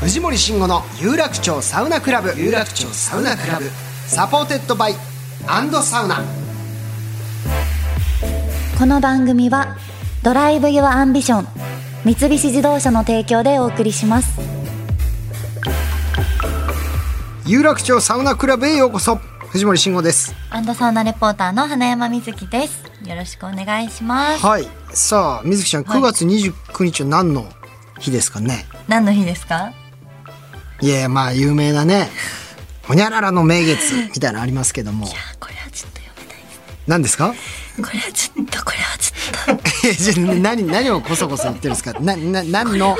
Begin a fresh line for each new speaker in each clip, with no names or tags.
藤森慎吾の有楽町サウナクラブ有楽町サウナクラブサポーテッドバイアンドサウナ
この番組はドライブ・ユア・アンビション三菱自動車の提供でお送りします
有楽町サウナクラブへようこそ藤森慎吾です
アンドサウナレポーターの花山瑞希ですよろしくお願いします、
はいさあ水木ちゃん
はい
9月29日は何の日ですかね、
何の日ですか
い、やいやまあ有名なねほにゃららの名 月みたいなのありますけども
これはちょっと読めない
何ですか
これはちょっとこれはちょっと
えじゃあ何何をこそこそ言ってるんですか なな何 の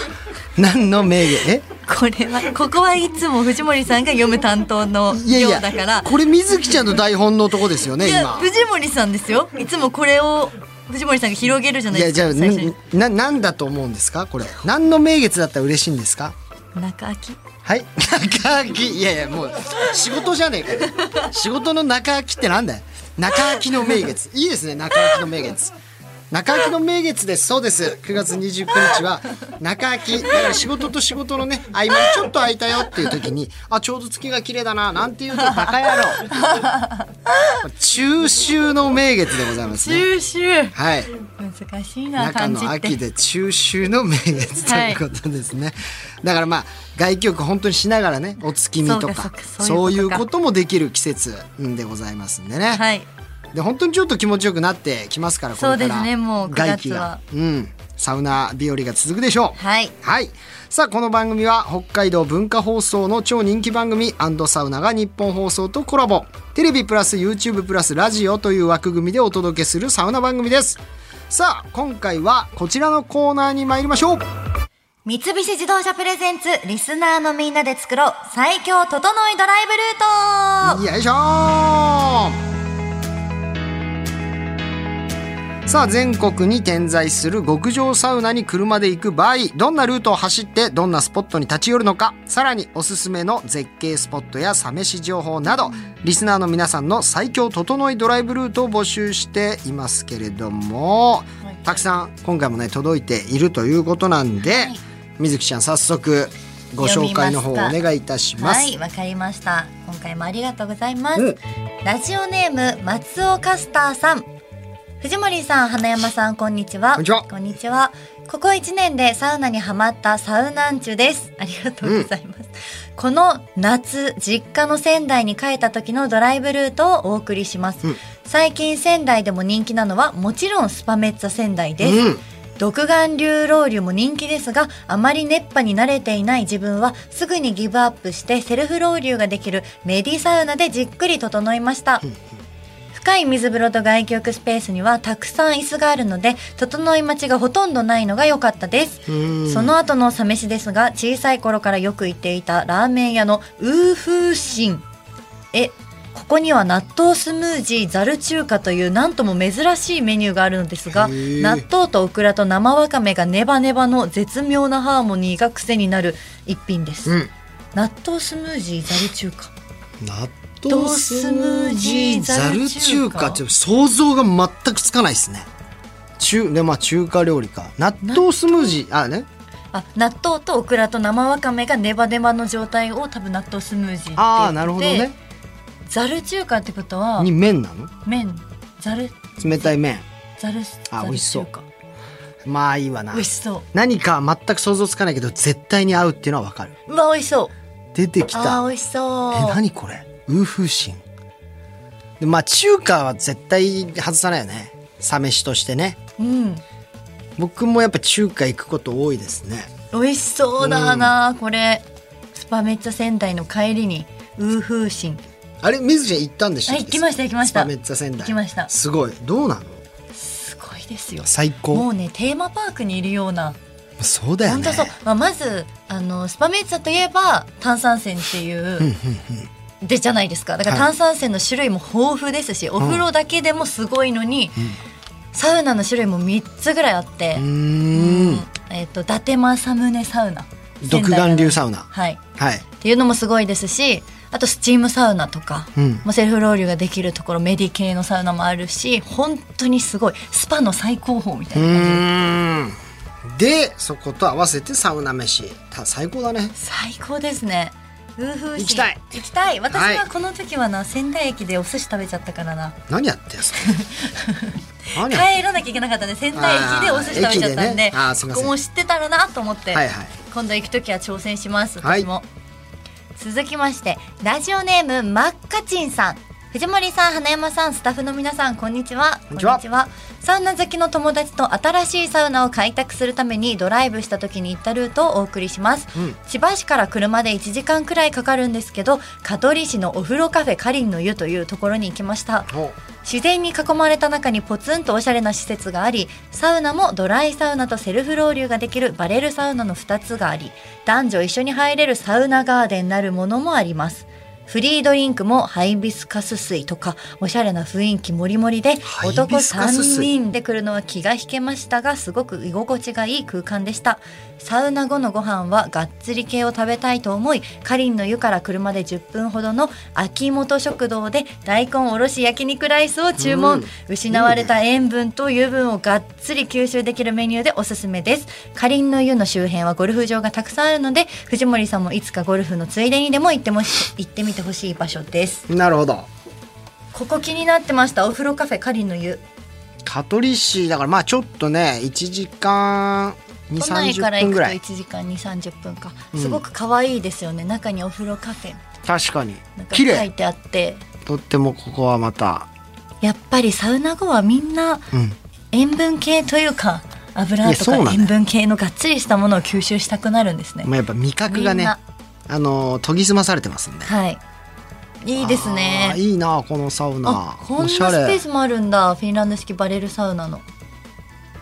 何の名月え
これは ここはいつも藤森さんが読む担当の
いやい
よう
や
だから
これ水木ちゃんの台本のとこですよね
いや
今
藤森さんですよいつもこれを藤森さんが広げるじゃないいで
や
す
じ
か
ゃあ
最初に
な何だと思うんですかこれ何の名月だったら嬉しいんですか
中秋
はい中秋いやいやもう仕事じゃねえかよ仕事の中秋ってなんだよ中秋の名月いいですね中秋の名月中秋の名月ですそうです9月29日は中秋だから仕事と仕事のね合間にちょっと空いたよっていう時にあちょうど月が綺麗だななんていうとバカ野郎 中秋の名月でございますね
中秋
はい
難しいな
中
感じ
の
って
秋で中秋の名月と
はいいう
ことですね、だからまあ外気浴本当にしながらねお月見とか
そ
そうう
かそ
そうう
い
いう
ことか
うこともできる季節うんでございますんでね、
はい
で本当にちょっと気持ちよくなってきますからこれから
そうですねもう九月は
外気がうんサウナ日和が続くでしょう
はい
はい。さあ、この番組は北海道文化放送の超人気番組サウナが日本放送とコラボ。テレビプラス YouTube プラスラジオという枠組みでお届けするサウナ番組です。さあ、今回はこちらのコーナーに参りましょう。
三菱自動車プレゼンツリスナーのみんなで作ろう最強整いドライブルート
よいしょーさあ全国に点在する極上サウナに車で行く場合どんなルートを走ってどんなスポットに立ち寄るのかさらにおすすめの絶景スポットやサメシ情報などリスナーの皆さんの最強整いドライブルートを募集していますけれども
い
たくさん今回もね届いているということなんで、水木ちゃん早速ご紹介の方をお願いいたします。
はいわかりました今回もありがとうございます、
うん
ラジオネーム松尾カスターさん藤森さん花山さんこんにちは
こんにちは
こんにちはここ1年でサウナにハマったサウナンチュですありがとうございます、この夏実家の仙台に帰った時のドライブルートをお送りします、
うん
最近仙台でも人気なのはもちろんスパメッツァ仙台です、
うん
独眼流ロウリュも人気ですがあまり熱波に慣れていない自分はすぐにギブアップしてセルフロウリュができるメディサウナでじっくり整いました深い水風呂と外気浴スペースにはたくさん椅子があるので整い待ちがほとんどないのが良かったです
うん
その後のサメシですが小さい頃からよく行っていたラーメン屋のウーフーシンえここには納豆スムージーザル中華というなんとも珍しいメニューがあるのですが
へー
納豆とオクラと生わかめがネバネバの絶妙なハーモニーが癖になる一品です、
うん
納豆スムージーザル中華
納
豆スムージーザル中華
ちょっと想像が全くつかないですね中でまあ中華料理か納豆スムージーあね
あ納豆とオクラと生わかめがネバネバの状態を多分納豆スムージーって言ってて
ああなるほどね
ザル中華ってことは
に麺なの
麺ザル
冷たい麺
ザル
あ
ザ
美
ル
味しそう
中華
まあいいわな
美味しそ
何か全く想像つかないけど絶対に合うっていうのはわかる
ううわ美味しそう
出てき
あ
た
ー美味しそう
え何これウーフーシンでまあ中華は絶対外さないよねサ飯としてね
うん
僕もやっぱ中華行くこと多いですね
美味しそうだな、これスパメッツァ仙台の帰りにウーフーシン
あれみずちゃん行ったんでしたっけ
はい行きました行きました
スパメッツァ仙台
行きました
すごいどうなの
すごいですよ
最
も
高
うねテーマパークにいるような
そうだよ
本
ね
当そう、まあ、まずあのスパメッツァといえば炭酸泉っていうでじゃないですかだから
はい
炭酸泉の種類も豊富ですし、お風呂だけでもすごいのに、サウナの種類も3つぐらいあって、
うーん
えっと伊達政宗サウナ
独眼流サウナ
はい
はい
っていうのもすごいですしあとスチームサウナとか、
うん
もうセルフロウリュができるところメディ系のサウナもあるし本当にすごいスパの最高峰みたいうな感じ
ーんでそこと合わせてサウナ飯た最高だね
最高ですねウーフー市
行きたい
行きたい
は
私
い
はこの時はな仙台駅でお寿司食べちゃったからな
何やってん すか何やって
帰らなきゃいけなかったんで仙台駅でお寿司食べちゃ
あー
ったん
駅でね
で
あーすいません
ここも知ってたらなと思って、
はいはい
今度行く時は挑戦します
はい
私も、続きましてラジオネームマッカチンさん藤森さん花山さんスタッフの皆さんこんにちは
こんにちは
サウナ好きの友達と新しいサウナを開拓するためにドライブした時に行ったルートをお送りします、千葉市から車で1時間くらいかかるんですけど香取市のお風呂カフェかりんの湯というところに行きました
お
自然に囲まれた中にポツンとおしゃれな施設がありサウナもドライサウナとセルフロウリュができるバレルサウナの2つがあり男女一緒に入れるサウナガーデンなるものもありますフリードリンクもハイビスカス水とかおしゃれな雰囲気もりもりで
ハイビス
男
カス水
3人で来るのは気が引けましたがすごく居心地がいい空間でしたサウナ後のご飯はがっつり系を食べたいと思いかりんの湯から車で10分ほどの秋元食堂で大根おろし焼肉ライスを注文、
うん
失われた塩分と油分をがっつり吸収できるメニューでおすすめですかりんの湯の周辺はゴルフ場がたくさんあるので藤森さんもいつかゴルフのついでにでも行ってもし行ってみてほしい場所です
なるほど
ここ気になってましたお風呂カフェかりんの湯
香取市だからまあちょっとね1時間2
都内から
30
行
分ぐ
くと
らい
1時間2三3 0分か、すごく可愛いですよね中にお風呂カフェ
確かに
なんか
綺
書い
麗
てあって
とってもここはまた
やっぱりサウナ後はみんな
うん
塩分系というか油
いや
と
そうなんだ
か
よ
塩分系のがっつりしたものを吸収したくなるんですね
まあやっぱ味覚が
みん
ね
な
あのー研ぎ澄まされてますんで
はいいいです
あー
ね
いいなこのサウナ
あこんな
お
ス
し
ペ
ゃれ
ースもあるんだフィンランド式バレルサウナの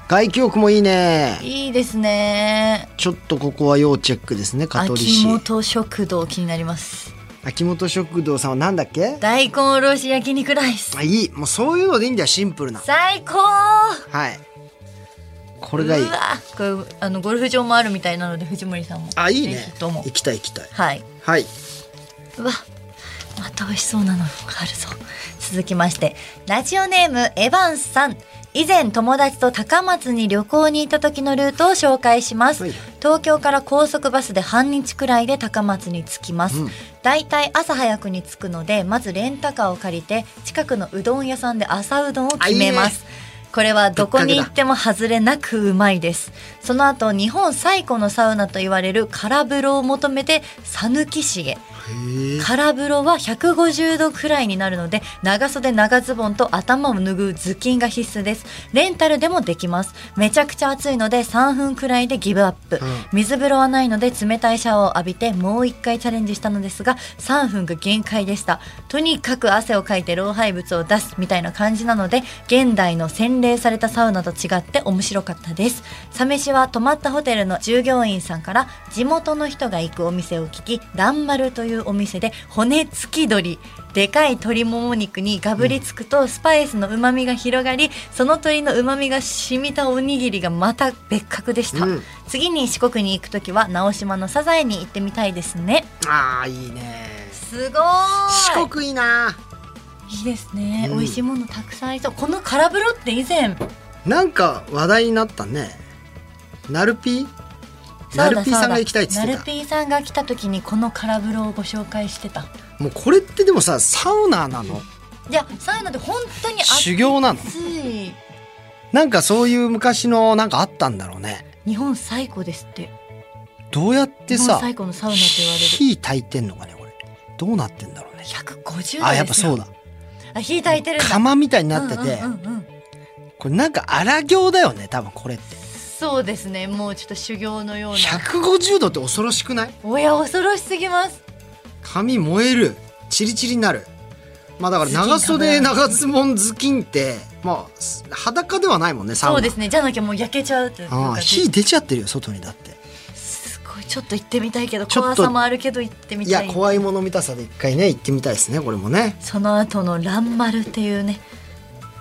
外気浴もいいね
いいですね
ちょっとここは要チェックですね香取
秋
市秋元
元食堂気になります
食堂さんはなんだっけ
大根おろし焼肉ライス
あいいもうそういうのでいいんだよシンプルな
最高
はいこれがいいう
わこれあのゴルフ場もあるみたいなので藤森さんも
あいい
ぜ
ね
ひとも
行きたい行きたい
はい
はい、
うわまた美味しそうなのがあるぞ続きましてラジオネームエヴァンスさん以前友達と高松に旅行に行った時のルートを紹介します、
はい
東京から高速バスで半日くらいで高松に着きます、だいたい朝早くに着くのでまずレンタカーを借りて近くのうどん屋さんで朝うどんを決めますこれはどこに行っても外れなくうまいですその後日本最古のサウナと言われる空風呂を求めて讃岐市へ空風呂は150度くらいになるので長袖長ズボンと頭を脱ぐ頭巾が必須ですレンタルでもできますめちゃくちゃ暑いので3分くらいでギブアップ、水風呂はないので冷たいシャワーを浴びてもう一回チャレンジしたのですが3分が限界でしたとにかく汗をかいて老廃物を出すみたいな感じなので現代の洗練されたサウナと違って面白かったですサメシは泊まったホテルの従業員さんから地元の人が行くお店を聞きだん丸というお店で骨付き鳥でかい鶏もも肉にがぶりつくとスパイスのうまみが広がりその鶏のうまみが染みたおにぎりがまた別格でした、
うん
次に四国に行く時は直島のサザエに行ってみたいですね
ああいいね
すごーい
四国いいない
いですね、
うん
美味しいものたくさんありそうこの空風呂って以前
なんか話題になったねナルピーナルピーさんが行きたいっつっ
ナ
て
ル
た
ピーさんが来た時にこの空風呂をご紹介してた
もうこれってでもさサウナなの
いやサウナで本当に暑
修行なの
い
なんかそういう昔のなんかあったんだろうね
日本最古ですって
どうやって
日本
さ
最古のサウナと言われる
火焚いてんのかねこれどうなってんだろうね
150度ですよ
あやっぱそうだ
あ火焚いてるんだ
釜みたいになってて
うんうんうんうん
これなんか荒行だよね多分これって
そうですねもうちょっと修行のような
150度って恐ろしくない
おや恐ろしすぎます
髪燃えるチリチリになるまあだから長袖長ズボン頭巾ってまあす裸ではないもんねサウナ
そうですねじゃなきゃもう焼けちゃうっていう
あ
か
あ火出ちゃってるよ外にだって
すごいちょっと行ってみたいけど
ちょっと
怖さもあるけど行ってみ
い
た
や
い
怖いもの見たさで一回ね行ってみたいですねこれもね
その後のランマルっていうね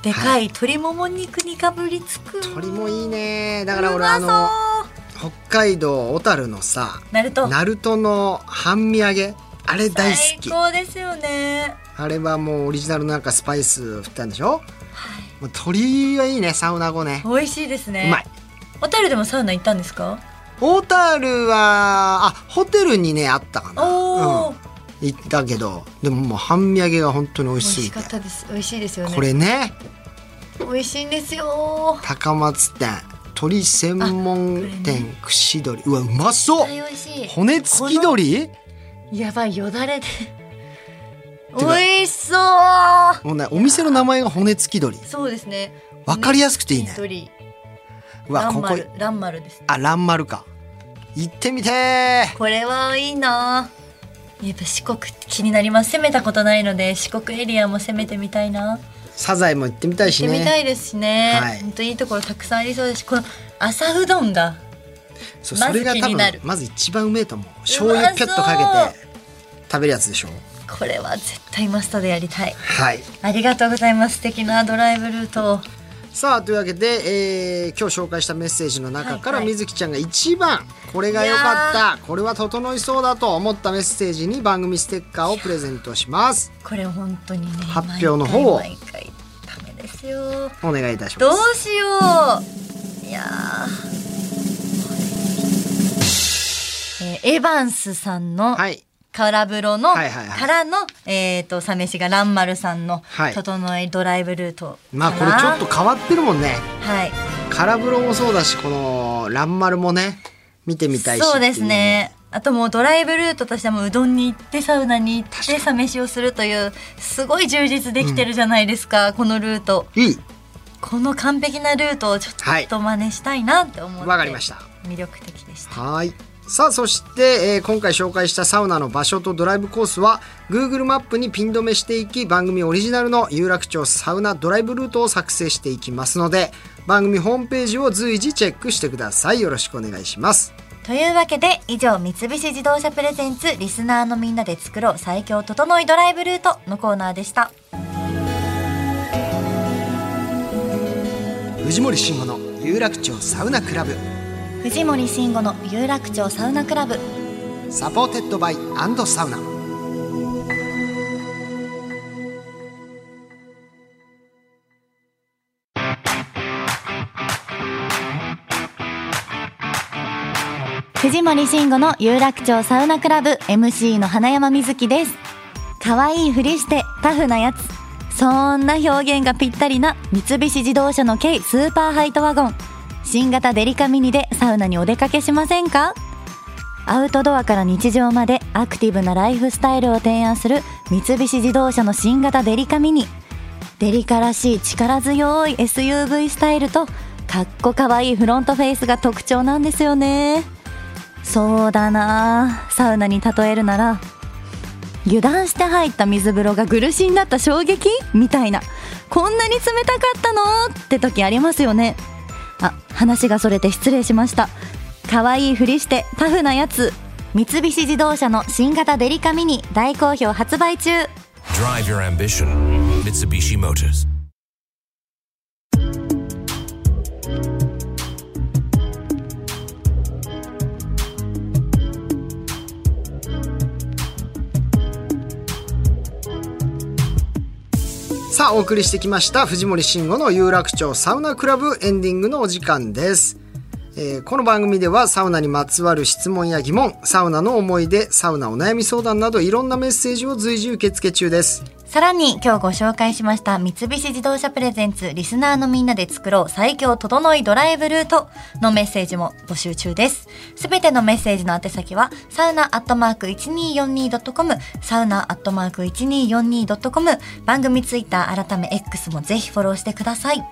でかい鶏もも肉にかぶりつく
鳥もいいねだから
う
俺
ま
あ
そう
の北海道小樽のさ
なると
鳴門の半身揚げあれ大好
最
き
高ですよね
あれはもうオリジナルなんかスパイス振ったんでしょ、もう鳥はいいねサウナ後ね
美味しいですね
うまい
小樽でもサウナ行ったんですか
小樽はあホテルにねあったかな、
おお、
うん行ったけどでももう半身揚げが本当に美味
美
しすぎ
味しか
て
ったです美味しいですよね
これね
美味しいんですよ
高松店鳥専門
あ
店串鳥うわうまそう
美味しい
骨付き鳥
やばいよだれで
てか
美味しそう
もうねお店の名前が骨付き鳥
そうですね
わかりやすくていいね
鳥
う
ラ
わ
ン
こ
マ
こ
ルランマルです
あ蘭丸か行ってみてー
これはいいなやっぱ四国って気になります攻めたことないので四国エリアも攻めてみたいな
サザエも行ってみたいし
行ってみた
ね
いですしね、
はい
ほんといいところたくさんありそうですしこの朝うどんが
そう
まず
それが
気
多
になる
分まず一番うめえと思う醤油ピョッとかけて食べるやつでしょ
これは絶対マストでやりたい
はい
ありがとうございます素敵なドライブルートを
さあというわけで、えー今日紹介したメッセージの中から、
はいはい
みずきちゃんが一番これが良かったこれは整いそうだと思ったメッセージに番組ステッカーをプレゼントします
これ本当にね
発表の方を
毎回毎回ダメですよ
お願いいたし
ど
ます
うしよういやーえーエヴァンスさんの
はい
空風呂の、
はいはいはい
からの、えっ、と、サメシがランマルさんの
は、い
整えドライブルートかな、
まあこれちょっと変わってるもんね
はい。
空風呂もそうだしこのランマルもね見てみたいしってい
そうですね。あともうドライブルートとしてはもううどんに行ってサウナに行ってサメシをするというすごい充実できてるじゃないですか、このルート
いい
この完璧なルートをちょ
は
っ
い
と真似したいなって思って
わかりました
魅力的でした
はいさあそして、えー今回紹介したサウナの場所とドライブコースは Google マップにピン止めしていき番組オリジナルの有楽町サウナドライブルートを作成していきますので番組ホームページを随時チェックしてくださいよろしくお願いします
というわけで以上三菱自動車プレゼンツリスナーのみんなで作ろう最強整いドライブルートのコーナーでした
藤森慎吾の有楽町サウナクラブ
藤森慎吾の有楽町サウナクラブ
サポーテッドバイサウナ
藤森慎吾の有楽町サウナクラブ MC の花山瑞希です可愛いふりしてタフなやつそんな表現がぴったりな三菱自動車の軽スーパーハイトワゴン新型デリカミニでサウナにお出かけしませんかアウトドアから日常までアクティブなライフスタイルを提案する三菱自動車の新型デリカミニデリカらしい力強い SUV スタイルとかっこかわいいフロントフェイスが特徴なんですよねそうだなあサウナに例えるなら油断して入った水風呂が苦しんだった衝撃みたいなこんなに冷たかったのって時ありますよねあ話がそれて失礼しました可愛いふりしてタフなやつ三菱自動車の新型デリカミニ大好評発売中
Drive your ambition. Mitsubishi Motors.
さあお送りしてきました藤森慎吾の有楽町サウナクラブエンディングのお時間です、えーこの番組ではサウナにまつわる質問や疑問サウナの思い出サウナお悩み相談などいろんなメッセージを随時受け付け中です
さらに今日ご紹介しました三菱自動車プレゼンツリスナーのみんなで作ろう最強整いドライブルートのメッセージも募集中です。すべてのメッセージの宛先はサウナアットマーク 1242.com サウナアットマーク 1242.com 番組ツイッター改め X もぜひフォローしてください。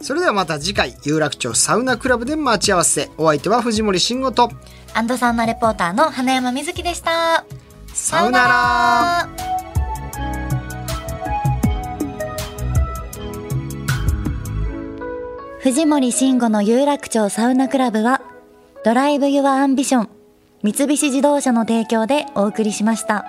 それではまた次回有楽町サウナクラブで待ち合わせお相手は藤森慎吾と
アンドサウナレポーターの花山瑞希でした。
さようなら
さようなら
藤森慎吾の有楽町サウナクラブは、ドライブ・ユア・アンビション、三菱自動車の提供でお送りしました。